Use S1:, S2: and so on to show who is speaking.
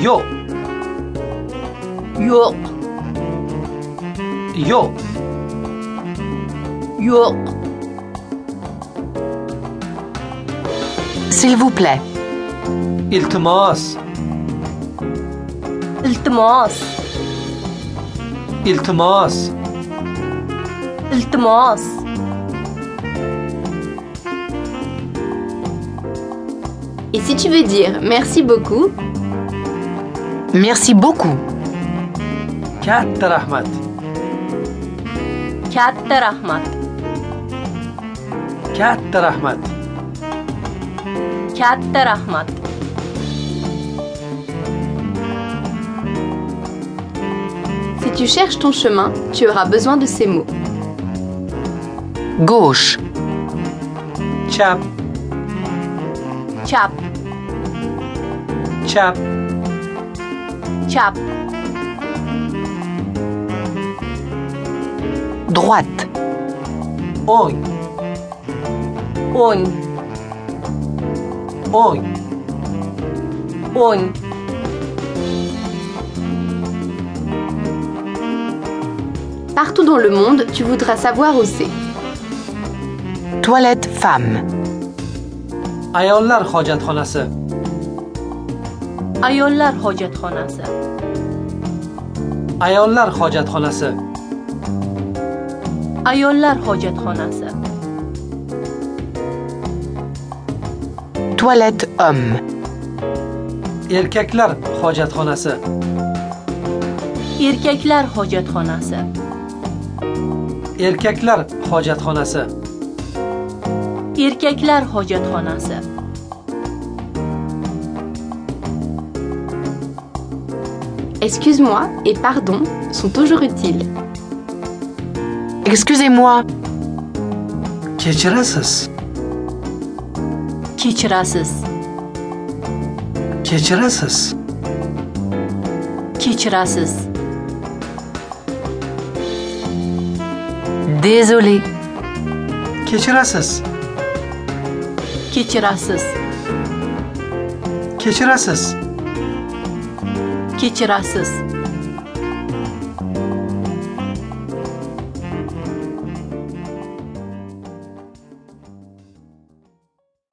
S1: Yo.
S2: Yo,
S1: Yo.
S2: yo.
S3: S'il vous plaît.
S1: Iltimos.
S2: Iltimos,
S1: Iltimos.
S2: iltimos.
S4: Et si tu veux dire merci beaucoup,
S3: Merci beaucoup.
S1: Katta rahmat.
S2: Katta rahmat.
S1: Katta rahmat.
S2: Katta rahmat.
S4: si tu cherches ton chemin, tu auras besoin de ces mots.
S3: Gauche.
S1: Chap.
S2: Chap,
S1: Chap.
S2: chap.
S3: Droite.
S1: O'ng.
S2: O'ng,
S1: O'ng.
S2: o'ng.
S4: Partout dans le monde, tu voudras savoir où c'est.
S3: Toilette femme.
S1: Ayollar hojatxonasi.
S2: Ayollar hojatxonasi.
S1: Ayollar hojatxonasi.
S2: Ayollar hojatxonasi.
S3: Toilette homme.
S1: Erkaklar hojatxonasi.
S2: Erkaklar hojatxonasi.
S1: Erkaklar hojatxonasi.
S2: Erkaklar hojatxonasi.
S4: Excuse-moi et pardon sont toujours utiles.
S3: Excusez-moi.
S1: Kechirasiz.
S2: Kechirasiz.
S1: Kechirasiz.
S2: Kechirasiz.
S3: Désolé.
S1: Kechirasiz.
S2: Kechirasiz.
S1: Kechirasiz.
S2: Kechirasiz.